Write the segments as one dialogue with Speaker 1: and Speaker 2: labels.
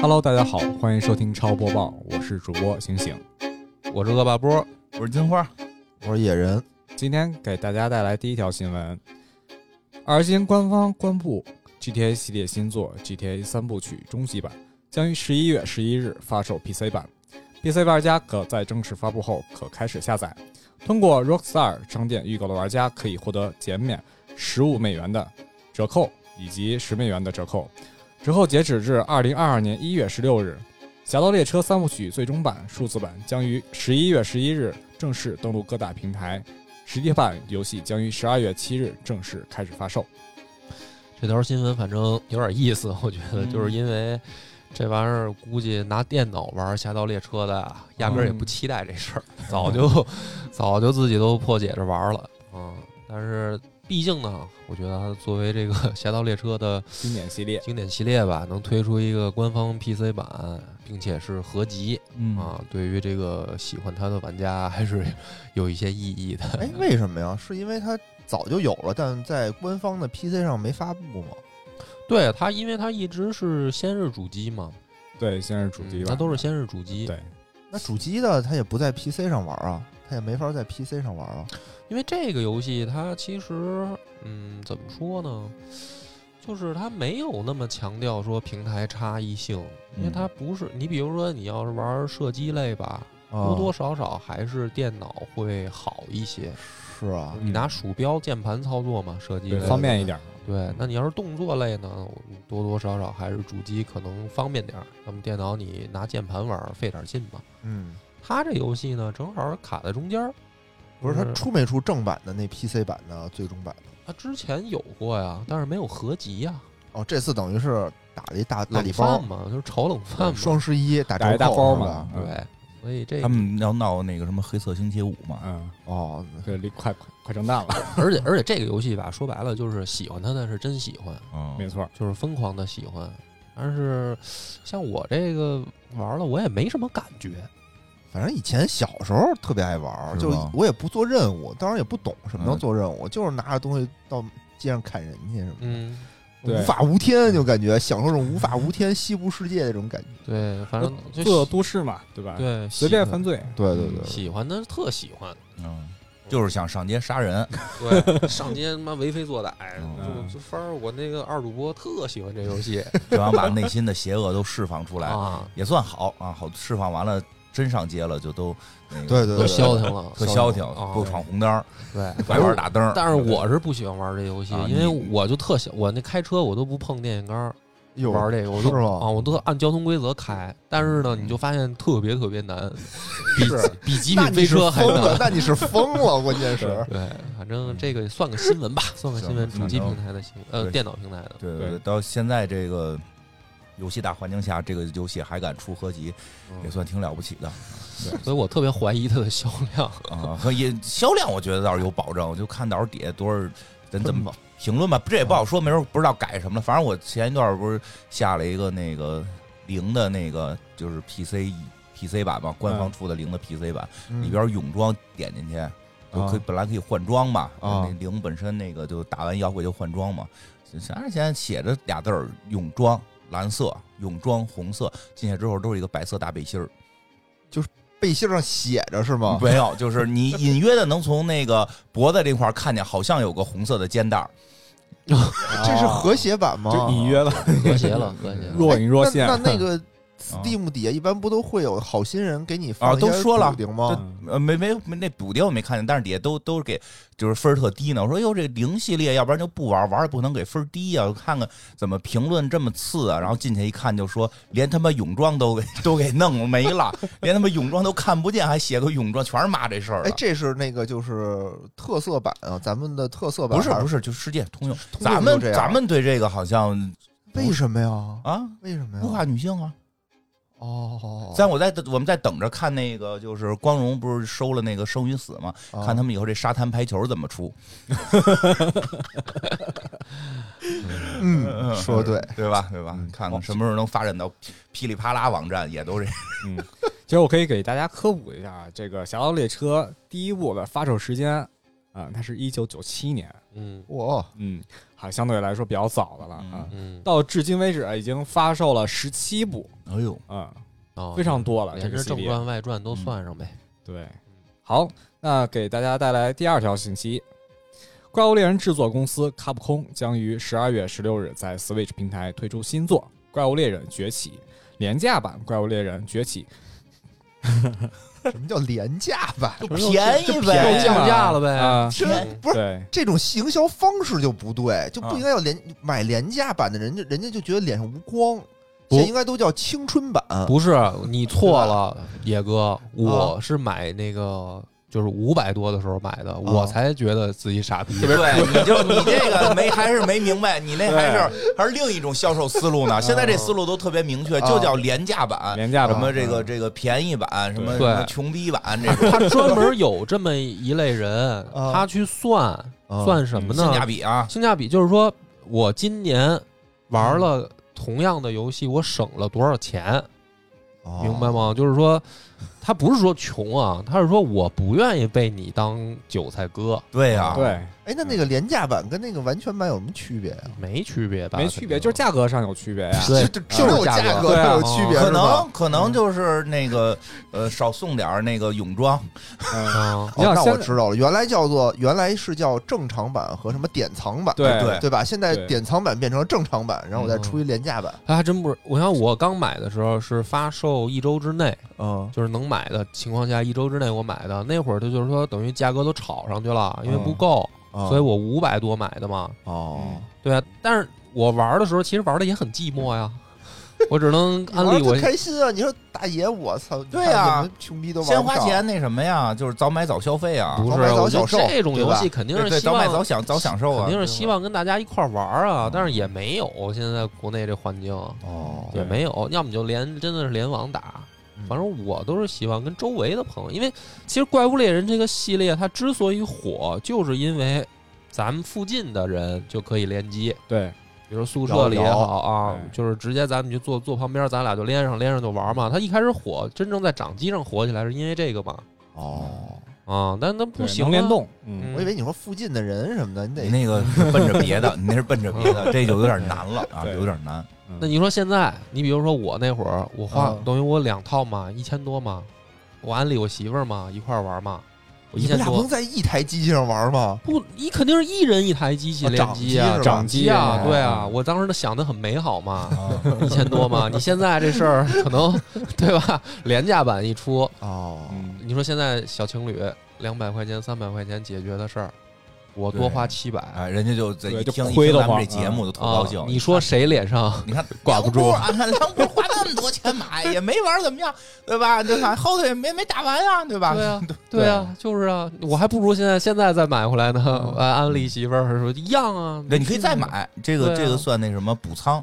Speaker 1: Hello，大家好，欢迎收听超播报，我是主播醒醒。
Speaker 2: 我是恶霸波，
Speaker 3: 我是金花，
Speaker 4: 我说野人，
Speaker 1: 今天给大家带来第一条新闻，R 今官方公布 GTA 系列新作《GTA 三部曲》终极版将于十一月十一日发售 PC 版，PC 玩家可在正式发布后可开始下载。通过 Rockstar 商店预购的玩家可以获得减免十五美元的折扣以及十美元的折扣，折扣截止至二零二二年一月十六日。《侠盗猎车三部曲》最终版数字版将于十一月十一日正式登陆各大平台，实体版游戏将于十二月七日正式开始发售。
Speaker 2: 这条新闻反正有点意思，我觉得
Speaker 1: 嗯
Speaker 2: 就是因为这玩意儿，估计拿电脑玩《侠盗猎车》的啊，压根儿也
Speaker 1: 嗯
Speaker 2: 不期待这事儿，早就早就自己都破解着玩了嗯。但是毕竟呢，我觉得它作为这个 《侠盗猎车》的
Speaker 1: 经典系列，
Speaker 2: 经典系列吧，能推出一个官方 PC 版，并且是合集
Speaker 3: 嗯
Speaker 2: 啊，对于这个喜欢它的玩家还是有一些意义的。
Speaker 4: 哎，为什么呀？是因为它早就有了，但在官方的 PC 上没发布吗？
Speaker 2: 对它，因为它一直是先是主机嘛，
Speaker 1: 对，先是主机
Speaker 2: 嗯
Speaker 1: 版，
Speaker 2: 它都是先是主机。
Speaker 1: 对，
Speaker 4: 那主机的它也不在 PC 上玩啊，它也没法在 PC 上玩啊。
Speaker 2: 因为这个游戏它其实，嗯，怎么说呢？就是它没有那么强调说平台差异性，因为它
Speaker 4: 嗯
Speaker 2: 不是你，比如说你要是玩射击类吧，
Speaker 4: 哦
Speaker 2: 多多少少还是电脑会好一些。
Speaker 4: 是啊，
Speaker 2: 你拿鼠标、键盘操作嘛，射击
Speaker 1: 对
Speaker 2: 类
Speaker 1: 方便一点。
Speaker 2: 对，那你要是动作类呢，多多少少还是主机可能方便点儿。那么电脑你拿键盘玩儿费点儿劲嘛。
Speaker 4: 嗯，
Speaker 2: 它这游戏呢，正好卡在中间儿。
Speaker 4: 不是它
Speaker 2: 嗯
Speaker 4: 出没出正版的那 PC 版的最终版的？
Speaker 2: 它之前有过呀，但是没有合集呀。
Speaker 4: 哦，这次等于是打了一大大
Speaker 2: 冷
Speaker 4: 礼包
Speaker 2: 饭，嘛，就是炒冷饭嘛。
Speaker 4: 双十一打折
Speaker 1: 打
Speaker 4: 扣
Speaker 1: 一大包
Speaker 4: 是
Speaker 1: 嘛嗯
Speaker 4: 吧？
Speaker 2: 对，所以这
Speaker 3: 他们要闹那个什么黑色星期五嘛，
Speaker 1: 嗯，
Speaker 4: 哦，
Speaker 1: 这离快快快成蛋了，
Speaker 2: 而且而且这个游戏吧，说白了就是喜欢它的是真喜欢，
Speaker 3: 嗯，
Speaker 1: 没错。
Speaker 2: 就是疯狂的喜欢。但是像我这个玩了，我也没什么感觉。
Speaker 4: 反正以前小时候特别爱玩儿，
Speaker 3: 是
Speaker 4: 就
Speaker 3: 吗
Speaker 4: 我也不做任务，当然也不懂什么叫
Speaker 3: 嗯
Speaker 4: 做任务，就是拿着东西到街上砍人去什么的。
Speaker 2: 嗯，
Speaker 1: 对
Speaker 4: 无法无天，就感觉享受这种无法无天、西部世界的这种感觉。
Speaker 2: 对，反正就
Speaker 1: 做
Speaker 2: 喜
Speaker 1: 都市嘛，对吧？，
Speaker 2: 对
Speaker 1: 随便犯罪，
Speaker 4: 对
Speaker 3: 对对
Speaker 2: 喜欢的特喜欢，
Speaker 3: 嗯，就是想上街杀人，
Speaker 2: 对，上街他妈为非作歹，
Speaker 1: 哦
Speaker 3: 嗯
Speaker 2: 就就反正我那个二主播特喜欢这游 戏
Speaker 3: 就想把内心的邪恶都释放出来，
Speaker 2: 啊，
Speaker 3: 也算好啊，好释放完了，真上街了就都那个
Speaker 4: 对对
Speaker 2: 都
Speaker 4: 对，
Speaker 2: 消停了，
Speaker 3: 特消停，
Speaker 2: 啊
Speaker 3: 不闯红灯儿，
Speaker 2: 对，
Speaker 3: 拐弯打灯儿。
Speaker 2: 但是我是不喜欢玩这游戏
Speaker 3: 啊，
Speaker 2: 因为
Speaker 3: 你
Speaker 2: 我就特喜，我那开车我都不碰电线杆儿
Speaker 4: 有
Speaker 2: 玩这个，我
Speaker 4: 是
Speaker 2: 都
Speaker 4: 吗？
Speaker 2: 啊，我都按交通规则开。但是呢，你就发现特别特别难，比比极
Speaker 4: 那
Speaker 2: 品
Speaker 4: 你
Speaker 2: 飞
Speaker 4: 是
Speaker 2: 车还
Speaker 4: 疯了，
Speaker 2: 难。
Speaker 4: 那你是疯了，关键是。
Speaker 2: 对，反正这个算个新闻吧，算个新闻，
Speaker 3: 行
Speaker 2: 主机平台的新闻，呃，
Speaker 3: 对
Speaker 2: 电脑平台的。
Speaker 3: 对
Speaker 1: 对
Speaker 3: 对，到现在这个游戏大环境下，这个游戏还敢出合集，
Speaker 2: 嗯
Speaker 3: 也算挺了不起的
Speaker 2: 所以我特别怀疑它的销量。
Speaker 3: 啊。和也销量，我觉得倒是有保证，就看到时候底下多少人怎么评论吧，这也不
Speaker 4: 啊
Speaker 3: 好说，没准不知道改什么了。反正我前一段不是下了一个那个零的那个就是 PC PC 版嘛，官方出的零的 PC 版，
Speaker 4: 嗯
Speaker 3: 里边泳装点进去。就可以
Speaker 4: 啊
Speaker 3: 本来可以换装嘛，
Speaker 4: 啊
Speaker 3: 那零本身那个就打完妖怪就换装嘛，反正现在写着俩字儿泳装蓝色，泳装红色，进去之后都是一个白色大背心儿，
Speaker 4: 背心上写着是吗？
Speaker 3: 没有，就是你隐约的能从那个脖子这块儿看见，好像有个红色的肩带儿，
Speaker 4: 哦这是和谐版吗？
Speaker 1: 哦
Speaker 4: 哎
Speaker 1: 就隐约了，
Speaker 2: 和谐 了，和谐了。
Speaker 1: 若隐若现
Speaker 4: 那。那那个 Steam 底下一般不都会有好心人给你发
Speaker 3: 啊都说了
Speaker 4: 吗？
Speaker 1: 嗯
Speaker 3: 呃，没没没，那补丁我没看见，但是底下都都是给就是分儿特低呢。我说哟，这零系列，要不然就不玩，玩也不能给分儿低呀、看看怎么评论这么次啊。然后进去一看，就说连他妈泳装都给 都给弄没了，连他妈泳装都看不见，还写个泳装，全是骂这事儿
Speaker 4: 哎
Speaker 3: 的。，
Speaker 4: 这是那个就是特色版啊，咱们的特色版
Speaker 3: 不是
Speaker 4: 还
Speaker 3: 不是，就世界通用。
Speaker 4: 通用
Speaker 3: 咱
Speaker 4: 就
Speaker 3: 们
Speaker 4: 这样
Speaker 3: 咱们对这个好像
Speaker 4: 为什么呀？
Speaker 3: 啊，
Speaker 4: 为什么呀？
Speaker 3: 物化女性啊。
Speaker 4: 哦，
Speaker 3: 但我在我们在等着看那个，就是光荣不是收了那个生与死吗？
Speaker 4: 啊
Speaker 3: 看他们以后这沙滩排球怎么出，
Speaker 4: 嗯，说对，
Speaker 3: 对吧？对吧？看看什么时候能发展到噼里啪啦网站，也都这样。
Speaker 1: 其实我可以给大家科普一下啊，这个《侠盗猎车》第一部的发售时间，啊、啊、它是一九九七年，
Speaker 2: 嗯
Speaker 4: 哇，
Speaker 1: 嗯，还相对来说比较早的了啊、
Speaker 2: 嗯，
Speaker 1: 到至今为止啊已经发售了十七部，
Speaker 3: 哎呦，
Speaker 1: 啊、
Speaker 2: 哦
Speaker 1: 非常多了这
Speaker 2: 连
Speaker 1: 个
Speaker 2: 着
Speaker 1: 系
Speaker 2: 正
Speaker 1: 列。
Speaker 2: 传外传都算上呗。
Speaker 1: 对，好，那给大家带来第二条信息：《怪物猎人》制作公司卡普空将于十二月十六日在 Switch 平台推出新作《怪物猎人崛起》廉价版《怪物猎人崛起》，
Speaker 4: 什么叫廉价版？
Speaker 3: 就便宜呗，
Speaker 2: 就降价了呗
Speaker 1: 啊、
Speaker 4: 这
Speaker 2: 嗯
Speaker 4: 不是
Speaker 1: 对，
Speaker 4: 这种行销方式就不对，就
Speaker 3: 啊
Speaker 4: 不应该要廉买廉价版的人，就人家就觉得脸上无光，
Speaker 2: 不
Speaker 4: 这应该都叫青春版。
Speaker 2: 不是你错了，野哥，我
Speaker 4: 啊
Speaker 2: 是买那个就是五百多的时候买的，
Speaker 4: 啊
Speaker 2: 我才觉得自己傻逼。
Speaker 3: 对，你就你这个没还是没明白，你那还是还是另一种销售思路呢。现在这思路都特别明确，
Speaker 4: 啊
Speaker 3: 就叫廉价版，
Speaker 1: 廉价版
Speaker 3: 什么这个这个便宜版，什么什
Speaker 2: 对
Speaker 3: 么穷逼版， 这种
Speaker 2: 他专门有这么一类人，
Speaker 4: 啊
Speaker 2: 他去算
Speaker 4: 啊
Speaker 2: 算什
Speaker 1: 嗯
Speaker 2: 么
Speaker 3: 性
Speaker 2: 呢
Speaker 3: 价？比啊，
Speaker 2: 性价比就是说我今年玩了同样的游戏，我省了多少钱，
Speaker 4: 哦
Speaker 2: 明白？吗？就是说，他不是说穷啊，他是说我不愿意被你当韭菜割，
Speaker 3: 对啊呀，
Speaker 1: 对，
Speaker 4: 哎，那那个廉价版跟那个完全版有什么区别啊？
Speaker 2: 没区别吧？
Speaker 1: 没区别，
Speaker 2: 肯定
Speaker 1: 就是价格上有区别 呀、
Speaker 2: 对
Speaker 4: 就
Speaker 2: 就是
Speaker 4: 有
Speaker 2: 价
Speaker 4: 价格
Speaker 2: 格哦
Speaker 1: 对啊
Speaker 4: 上有区别，
Speaker 3: 可
Speaker 4: 是吧哦
Speaker 3: 能可能就是那个呃，少送点儿那个泳装，
Speaker 1: 嗯，
Speaker 2: 啊，
Speaker 1: 你
Speaker 4: 哦
Speaker 1: 想
Speaker 4: 那
Speaker 1: 现
Speaker 4: 我
Speaker 1: 在
Speaker 4: 知道了，原来叫做原来是叫正常版和什么典藏版，
Speaker 1: 对
Speaker 3: 对
Speaker 4: 对吧？现在
Speaker 1: 对
Speaker 4: 典藏版变成了正常版，然后我
Speaker 2: 嗯
Speaker 4: 再出一廉价版。
Speaker 2: 他还真不是。我想我刚买的时候是发售一周之内，
Speaker 4: 嗯，
Speaker 2: 就是能买的情况下，一周之内我买的。那会儿他就是说，等于价格都炒上去了，因为不够，所以我五百多买的嘛。
Speaker 1: 嗯
Speaker 4: 哦，
Speaker 2: 对啊，但是我玩的时候其实玩的也很寂寞呀，我只能安利
Speaker 4: 你玩
Speaker 2: 我
Speaker 4: 得开心啊！你说大爷，我操，
Speaker 3: 对呀
Speaker 4: 你们穷逼都玩不上
Speaker 3: 先花，钱那什么呀，就是早买早消费啊，
Speaker 2: 不
Speaker 4: 早
Speaker 2: 是
Speaker 4: 买早
Speaker 2: 我觉得
Speaker 4: 享受
Speaker 2: 这种
Speaker 4: 对
Speaker 2: 游
Speaker 4: 吧
Speaker 2: 戏肯定
Speaker 3: 对
Speaker 2: 是
Speaker 3: 对，
Speaker 2: 希
Speaker 3: 早买早
Speaker 2: 望
Speaker 3: 享早享受
Speaker 2: 肯
Speaker 3: 啊
Speaker 2: 定，是希望跟大家一块儿玩儿啊，但是也没有现在国内这环境
Speaker 4: 哦
Speaker 2: 也
Speaker 1: 对
Speaker 2: 没有，要么就连真的是联网打。反正我都是希望跟周围的朋友，因为其实《怪物猎人》这个系列它之所以火，就是因为咱们附近的人就可以联机，
Speaker 1: 对，
Speaker 2: 比如宿舍里也好啊
Speaker 1: 对，
Speaker 2: 就是直接咱们就坐坐旁边，咱俩就连上连上就玩嘛。它一开始火，真正在掌机上火起来是因为这个嘛
Speaker 4: 哦，
Speaker 2: 啊，但那不
Speaker 1: 对
Speaker 2: 行啊
Speaker 1: 能联，动，嗯，
Speaker 2: 嗯
Speaker 4: 我以为你说附近的人什么的，你得
Speaker 3: 你那个是奔着别的，你那是奔着别的，这就有点难了啊，
Speaker 1: 对
Speaker 3: 有点难。
Speaker 2: 那你说现在，你比如说我那会儿，我花
Speaker 4: 嗯
Speaker 2: 等于我两套嘛，一千多嘛，我安利我媳妇儿嘛，一块儿玩嘛，我一
Speaker 4: 你们
Speaker 2: 千
Speaker 4: 俩不能
Speaker 2: 多。
Speaker 4: 在一台机器上玩吗？
Speaker 2: 不，你肯定是一人一台机器
Speaker 4: 啊
Speaker 2: 联
Speaker 4: 掌
Speaker 2: 机啊
Speaker 4: 机，是吧
Speaker 2: 掌机啊，
Speaker 1: 掌机啊
Speaker 2: 对啊，
Speaker 1: 嗯
Speaker 2: 我当时都想的很美好嘛，
Speaker 3: 啊
Speaker 2: 一千多嘛，你现在这事儿可能对吧？廉价版一出，
Speaker 4: 哦，
Speaker 1: 嗯
Speaker 2: 你说现在小情侣两百块钱、三百块钱解决的事儿，我多
Speaker 3: 对
Speaker 2: 花七百
Speaker 3: 哎，人家就这
Speaker 1: 对
Speaker 3: 一
Speaker 1: 就
Speaker 3: 听一
Speaker 1: 亏
Speaker 3: 听
Speaker 1: 得
Speaker 3: 咱们
Speaker 1: 慌
Speaker 3: 这节目就特
Speaker 2: 啊
Speaker 3: 高兴。！啊
Speaker 2: 你说谁脸 上？
Speaker 3: 你看
Speaker 2: 挂不住
Speaker 3: 梁博啊，看梁博花那么多钱买，也没玩怎么样，对吧？对吧？后头也没没打完啊，对吧？
Speaker 2: 对啊，对啊，嗯就是啊，我还不如现在现在再买回来呢。我安利媳妇儿说一样啊，
Speaker 3: 对，你可以再买，这个、
Speaker 2: 对啊
Speaker 3: 这个算那什么补仓，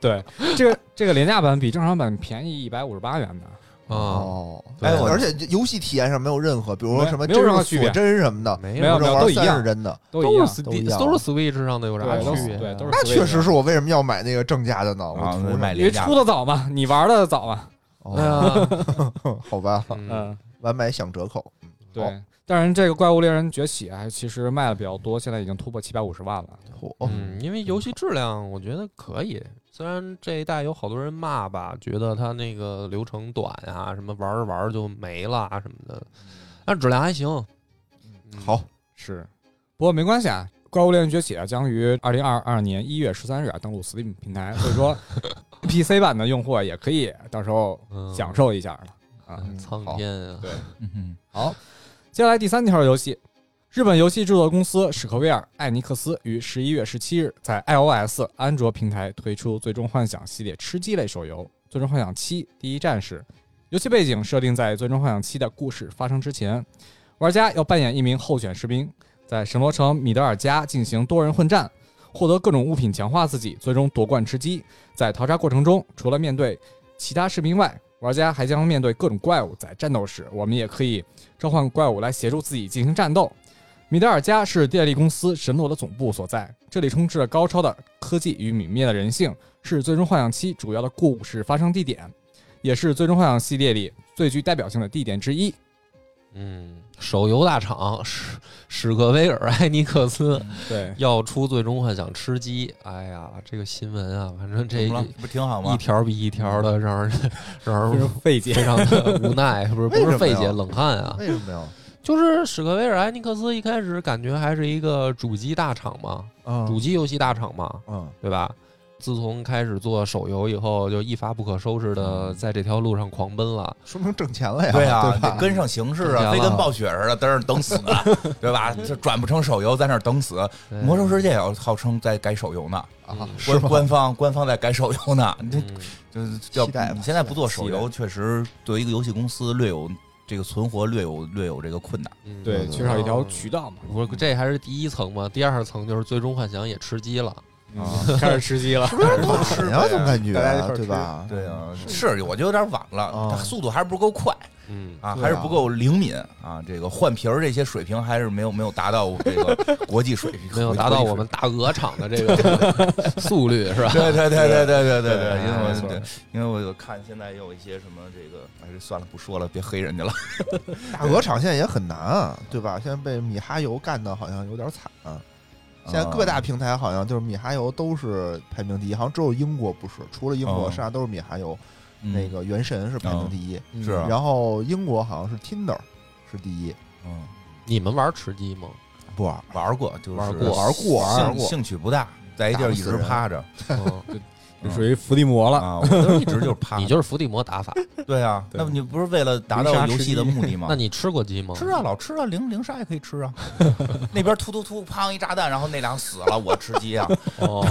Speaker 1: 对，这个这个廉价版比正常版便宜一百五十八元的，
Speaker 2: 啊，
Speaker 4: 哦，
Speaker 2: 对
Speaker 3: 哎我
Speaker 4: 而且这游戏体验上没有任何，比如说
Speaker 1: 没
Speaker 4: 什么
Speaker 1: 没有
Speaker 4: 真
Speaker 1: 任何
Speaker 4: 人
Speaker 1: 区
Speaker 4: 锁
Speaker 1: 别
Speaker 4: 帧什么的，
Speaker 2: 没
Speaker 1: 没有
Speaker 4: 我
Speaker 1: 没
Speaker 4: 这
Speaker 1: 有
Speaker 4: 玩
Speaker 1: 都
Speaker 4: 儿
Speaker 1: 一样
Speaker 4: 三是真的，
Speaker 1: 都一
Speaker 2: 都
Speaker 1: 样
Speaker 2: 是，
Speaker 4: 都一
Speaker 2: Steam
Speaker 4: 样
Speaker 2: 都啊是 Switch 上的有啥
Speaker 1: 对，都
Speaker 2: 区
Speaker 1: 是
Speaker 2: 别
Speaker 1: 对，
Speaker 2: 啊？
Speaker 1: 都是
Speaker 4: 那
Speaker 1: Switch
Speaker 4: 确实
Speaker 1: 上
Speaker 4: 是我为什么要买那个正价的呢？我
Speaker 3: 啊，
Speaker 4: 图什么
Speaker 3: 买
Speaker 1: 因为
Speaker 3: 廉价
Speaker 1: 出的早嘛，你玩的早嘛，
Speaker 4: 哦
Speaker 2: 对啊，
Speaker 4: 好吧，
Speaker 2: 嗯
Speaker 1: 嗯，
Speaker 4: 晚买享折扣。
Speaker 1: 对。但是这个《怪物猎人崛起》啊，其实卖的比较多，现在已经突破七百五十万了。
Speaker 4: 嚯，
Speaker 2: 嗯，因为游戏质量我觉得可以，虽然这一代有好多人骂吧，觉得它那个流程短啊，什么玩着玩着就没了啊什么的，但质量还行。嗯
Speaker 4: 哦好，
Speaker 1: 是，不过没关系啊，《怪物猎人崛起》啊将于二零二二年一月十三日啊登陆 Steam 平台，所以说 PC 版的用户啊也可以到时候
Speaker 2: 嗯
Speaker 1: 享受一下了。
Speaker 2: 嗯苍
Speaker 4: 好
Speaker 2: 天啊，
Speaker 1: 对
Speaker 3: 嗯哼
Speaker 1: 好，接下来第三条游戏，日本游戏制作公司史克威尔艾尼克斯于十一月十七日在 iOS、安卓平台推出《最终幻想》系列吃鸡类手游《最终幻想七：第一战士》。游戏背景设定在《最终幻想七》的故事发生之前，玩家要扮演一名候选士兵，在神罗城米德尔加进行多人混战。获得各种物品强化自己，最终夺冠吃鸡。在逃杀过程中，除了面对其他士兵外，玩家还将面对各种怪物。在战斗时，我们也可以召唤怪物来协助自己进行战斗。米德尔加是电力公司神罗的总部所在，这里充斥着高超的科技与泯灭的人性，是《最终幻想七》主要的故事发生地点，也是《最终幻想》系列里最具代表性的地点之一。
Speaker 2: 嗯，手游大厂史史克威尔艾尼克斯
Speaker 3: 嗯
Speaker 1: 对，
Speaker 2: 要出《最终幻想》吃鸡，哎呀，这个新闻啊，反正这
Speaker 3: 怎么了
Speaker 2: 一
Speaker 3: 不挺好吗
Speaker 2: 一？条比一条的让人 让
Speaker 1: 非
Speaker 2: 人
Speaker 1: 常费解
Speaker 2: 非。常的无奈，不是不
Speaker 4: 为什
Speaker 2: 是
Speaker 4: 么
Speaker 2: 费
Speaker 4: 呀
Speaker 2: 解冷汗啊，
Speaker 4: 为什么呀？
Speaker 2: 就是史克威尔艾尼克斯一开始感觉还是一个主机大厂嘛，
Speaker 4: 啊
Speaker 2: 主机游戏大厂嘛，
Speaker 4: 嗯，
Speaker 2: 对吧？自从开始做手游以后，就一发不可收拾的在这条路上狂奔了。
Speaker 4: 说明挣钱了呀，
Speaker 3: 对
Speaker 4: 呀，
Speaker 3: 啊，
Speaker 4: 对
Speaker 3: 得
Speaker 4: 吧？
Speaker 3: 跟上形势
Speaker 2: 挣钱
Speaker 3: 啊，非跟
Speaker 2: 了
Speaker 3: 暴雪似的，在那儿等死呢，对吧？这转不成手游，在那儿等死。
Speaker 2: 对
Speaker 3: 魔兽世界也要号称在改手游呢，
Speaker 4: 啊，
Speaker 2: 嗯
Speaker 4: 是
Speaker 3: 官
Speaker 4: 吧？
Speaker 3: 官方官方在改手游呢，你这
Speaker 2: 嗯
Speaker 3: 就是要
Speaker 4: 期待吧
Speaker 3: 你现在不做手
Speaker 1: 期
Speaker 3: 游，确实对一个游戏公司略有这个存活略有略有这个困难。
Speaker 2: 嗯
Speaker 1: 对，
Speaker 4: 嗯
Speaker 1: 缺少一条渠。道嘛，
Speaker 2: 不是，这还是第一层嘛，第二层就是《最终幻想》也吃鸡了。
Speaker 1: 啊，开始吃鸡了，
Speaker 4: 是不是
Speaker 3: 都
Speaker 4: 都
Speaker 3: 吃
Speaker 4: 狠
Speaker 3: 呗
Speaker 4: 呀？啊总感觉
Speaker 1: 大家一块儿吃
Speaker 4: 对吧？
Speaker 3: 对啊，是我觉得有点晚了，
Speaker 4: 啊
Speaker 3: 它速度还是不够快
Speaker 2: 嗯，
Speaker 3: 啊，
Speaker 4: 对啊
Speaker 3: 还是不够灵敏啊。这个换皮儿这些水平还是没有没有达到这个国际水平，
Speaker 2: 没有达到我们大鹅厂的这 个速率是吧？
Speaker 3: 对。对对对对对对对，因为
Speaker 1: 没
Speaker 3: 我
Speaker 1: 错
Speaker 3: 对，因为我有看现在也有一些什么这个，哎，算了，不说了，别黑人家了。
Speaker 4: 大鹅厂现在也很难啊，对吧？现在被米哈游干的好像有点惨啊。现在各大平台好像就是米哈游都是排名第一，好像只有英国不是，除了英
Speaker 3: 哦
Speaker 4: 国，剩下都是米哈游。
Speaker 3: 嗯
Speaker 4: 那，个《原神》是排名第一，
Speaker 1: 嗯
Speaker 3: 是啊
Speaker 4: 然后英国好像是 Tinder 是第一，
Speaker 3: 嗯，
Speaker 2: 你们玩吃鸡 吗？
Speaker 4: 不玩
Speaker 3: 玩过就是
Speaker 2: 玩过
Speaker 4: 玩过玩
Speaker 3: 兴
Speaker 4: 过
Speaker 3: 兴趣不大，在一地儿一直趴着
Speaker 2: 嗯
Speaker 1: 就属于伏地魔了。
Speaker 3: 啊，我都一直就是趴 着。
Speaker 2: 你就是伏地魔打法。
Speaker 3: 对啊，
Speaker 1: 对
Speaker 3: 那么你不是为了达
Speaker 1: 零
Speaker 3: 到
Speaker 1: 杀
Speaker 3: 游戏的目的吗？
Speaker 2: 那你吃过鸡吗？
Speaker 3: 吃啊，老吃啊，零零杀也可以吃啊。那边突突突，砰一炸弹，然后那俩死了，我吃鸡啊。
Speaker 2: 哦，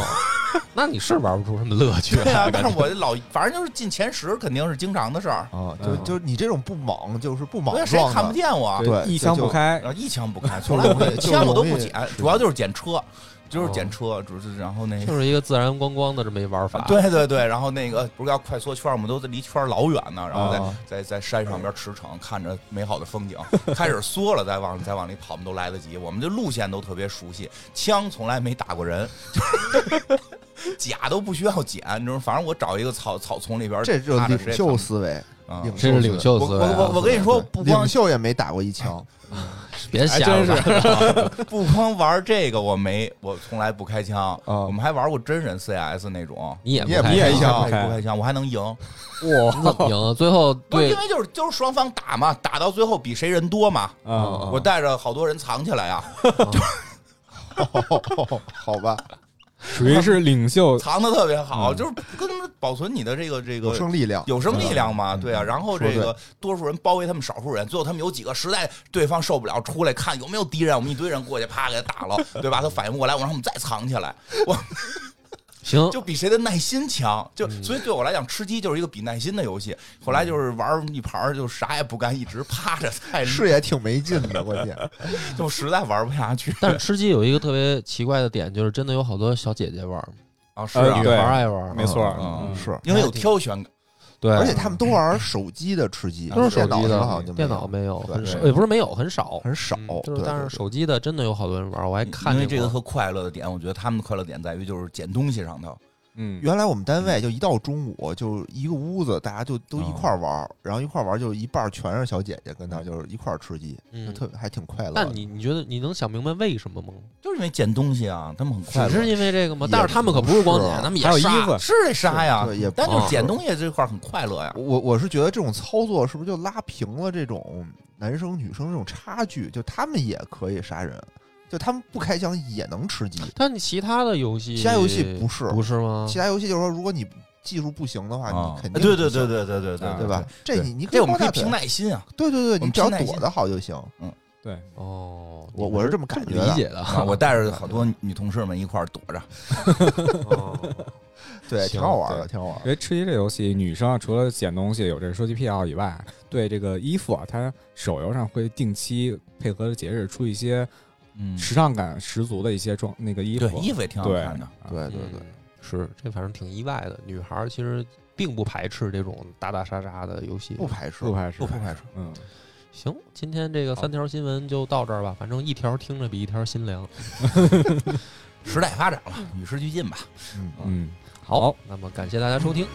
Speaker 2: 那你是玩不出什么乐趣
Speaker 3: 对啊
Speaker 2: 来，
Speaker 3: 但是我老反正就是进前十，肯定是经常的事儿。
Speaker 4: 啊，就
Speaker 1: 嗯
Speaker 4: 就你这种不猛，就是不
Speaker 3: 对
Speaker 4: 莽
Speaker 3: 啊，谁也
Speaker 4: 撞
Speaker 3: 看不
Speaker 4: 的，
Speaker 3: 见我啊，
Speaker 4: 对
Speaker 1: 一枪
Speaker 4: 就
Speaker 1: 不开
Speaker 3: 然，后一枪不开，
Speaker 4: 就
Speaker 3: 从来
Speaker 4: 容
Speaker 3: 不会，
Speaker 4: 易就
Speaker 3: 枪我都不
Speaker 4: 容易
Speaker 3: 捡，主要就是捡车，就是捡
Speaker 2: 哦
Speaker 3: 车，主是然后那个。
Speaker 2: 就是一个自然光光的这么一玩法。
Speaker 3: 对对对，然后那个不是要快缩圈儿吗，我们都离圈儿老远呢，然后在、
Speaker 4: 啊
Speaker 3: 在在山上边驰骋，看着美好的风景，开始缩了，再往再往里跑，我们都来得及。我们这路线都特别熟悉，枪从来没打过人， 甲都不需要捡，你知道吗，反正我找一个草草丛里边儿
Speaker 4: 这就
Speaker 3: 踏着谁
Speaker 4: 领
Speaker 3: 也
Speaker 4: 袖
Speaker 3: 看
Speaker 4: 思维，
Speaker 3: 啊
Speaker 4: 领
Speaker 2: 这是领袖
Speaker 3: 我
Speaker 2: 思维啊。
Speaker 3: 我我我跟你说，不光
Speaker 4: 领袖也没打过一枪，哎
Speaker 2: 别
Speaker 1: 还
Speaker 2: 瞎
Speaker 1: 真
Speaker 2: 了
Speaker 1: 是
Speaker 3: 不光玩这个，我没我从来不开枪，
Speaker 4: 啊
Speaker 3: 我们还玩过真人 CS 那种，
Speaker 2: 你也
Speaker 4: 你也
Speaker 2: 开
Speaker 4: 你也
Speaker 2: 心
Speaker 4: 一下
Speaker 3: 我
Speaker 1: 不
Speaker 3: 也
Speaker 1: 开
Speaker 3: 不开枪，我还能赢。
Speaker 1: 哇
Speaker 2: 你怎么赢？最后
Speaker 3: 不是
Speaker 2: 对
Speaker 3: 因为就是就是双方打嘛，打到最后比谁人多嘛。
Speaker 1: 啊！
Speaker 3: 我带着好多人藏起来啊，
Speaker 4: 好吧，
Speaker 1: 属于是领袖，
Speaker 3: 藏的特别好，就是跟他们保存你的这个这
Speaker 4: 有
Speaker 3: 个
Speaker 4: 生力量，
Speaker 3: 有生力量嘛，对啊。然后这
Speaker 4: 说
Speaker 3: 个多数人包围他们少数人，最后他们有几个实在对方受不了，出来看有没有敌人，我们一堆人过去啪给他打了，对吧？他反应不过来，我让他们再藏起来，我
Speaker 2: 行，
Speaker 3: 就比谁的耐心强。就
Speaker 2: 嗯
Speaker 3: 所以对我来讲，吃鸡就是一个比耐心的游戏。后来就是玩一盘儿就啥也不干，一直趴着，太
Speaker 4: 是也挺没劲的，关键
Speaker 3: 就实在玩不下去
Speaker 2: 但是吃鸡有一个特别奇怪的点，就是真的有好多小姐姐玩，
Speaker 3: 啊。是啊
Speaker 1: 呃
Speaker 2: 女，
Speaker 1: 对
Speaker 2: 孩爱玩，
Speaker 1: 没错，
Speaker 3: 嗯
Speaker 1: 嗯
Speaker 4: 是，
Speaker 3: 因为有挑选感。
Speaker 2: 对，
Speaker 4: 而且他们都玩手机的吃鸡，
Speaker 2: 都是嗯手
Speaker 4: 电脑
Speaker 2: 机
Speaker 4: 上
Speaker 2: 的
Speaker 4: 好像就没有
Speaker 2: 电脑没有，很
Speaker 4: 对
Speaker 2: 少，
Speaker 4: 对
Speaker 2: 也不是没有，很少，
Speaker 4: 很少
Speaker 2: 嗯，就是
Speaker 4: 对
Speaker 2: 但
Speaker 4: 对
Speaker 2: 是
Speaker 4: 对
Speaker 2: 手机的真的有好多人玩，我还哎看
Speaker 3: 因为
Speaker 2: 见
Speaker 3: 这个
Speaker 2: 过
Speaker 3: 特快乐的点，我觉得他们的快乐点在于就是捡东西上头。
Speaker 1: 嗯，
Speaker 4: 原来我们单位就一到中午就一个屋子，大家就都一块儿玩儿，然后一块儿玩儿就一半儿全是小姐姐跟那儿就是一块儿吃鸡，就
Speaker 2: 嗯。
Speaker 4: 特别还挺快乐的。
Speaker 2: 那你你觉得你能想明白为什么吗？
Speaker 3: 就是因为捡东西啊，他们很快
Speaker 2: 只是
Speaker 3: 乐。
Speaker 2: 因为这个吗？
Speaker 4: 也
Speaker 2: 但是他们可不是光
Speaker 4: 不是
Speaker 2: 捡，他们也
Speaker 1: 还有衣
Speaker 2: 杀
Speaker 1: 服，
Speaker 3: 是得杀呀
Speaker 4: 对也，
Speaker 3: 但就是
Speaker 2: 不
Speaker 3: 捡东西这块儿很快乐呀。
Speaker 4: 我我是觉得这种操作是不是就拉平了这种男生女生这种差距？就他们也可以杀人，就他们不开枪也能吃鸡。
Speaker 2: 但你其他的游戏，
Speaker 4: 其他游戏不是
Speaker 2: 不是吗？
Speaker 4: 其他游戏就是说，如果你技术不行的话，
Speaker 3: 啊
Speaker 4: 你，肯定
Speaker 3: 对对
Speaker 4: 不行
Speaker 3: 对对对对对
Speaker 1: 啊
Speaker 4: 对吧？？这
Speaker 3: 对
Speaker 4: 你你
Speaker 3: 这我们可
Speaker 4: 可
Speaker 3: 以
Speaker 4: 以
Speaker 3: 凭
Speaker 4: 抱大腿
Speaker 3: 耐 心啊
Speaker 4: 对对对，
Speaker 3: 我
Speaker 4: 你
Speaker 3: 们
Speaker 4: 只要
Speaker 3: 凭耐心
Speaker 4: 躲得好就行。
Speaker 1: 对，
Speaker 2: 哦，
Speaker 4: 我
Speaker 2: 你们
Speaker 4: 我是这么感觉
Speaker 2: 理
Speaker 4: 的，
Speaker 2: 解的，
Speaker 3: 啊！我带着好多女同事们一块儿躲着，
Speaker 2: 哦
Speaker 4: 对，
Speaker 2: 行
Speaker 4: 挺好玩的，
Speaker 1: 对
Speaker 4: 挺好玩
Speaker 1: 因。为吃鸡这游戏，女生啊除了捡东西有这个收集癖好以外，对这个衣服啊，它手游上会定期配合着节日出一些
Speaker 3: 嗯
Speaker 1: 时尚感十足的一些装那个衣服
Speaker 3: 对，，衣服也挺好
Speaker 1: 对
Speaker 3: 看的。
Speaker 4: 对对对，
Speaker 2: 嗯，是这反正挺意外的。女孩儿其实并不排斥这种打打杀杀的游戏
Speaker 4: 不。排斥，
Speaker 1: 不排斥，
Speaker 3: 不排
Speaker 1: 斥，嗯，
Speaker 2: 行，今天这个三条新闻就到这儿吧，反正一条听着比一条心凉。
Speaker 3: 时代发展了，与时俱进吧。
Speaker 4: 嗯。
Speaker 1: 嗯，
Speaker 2: 那么感谢大家收听，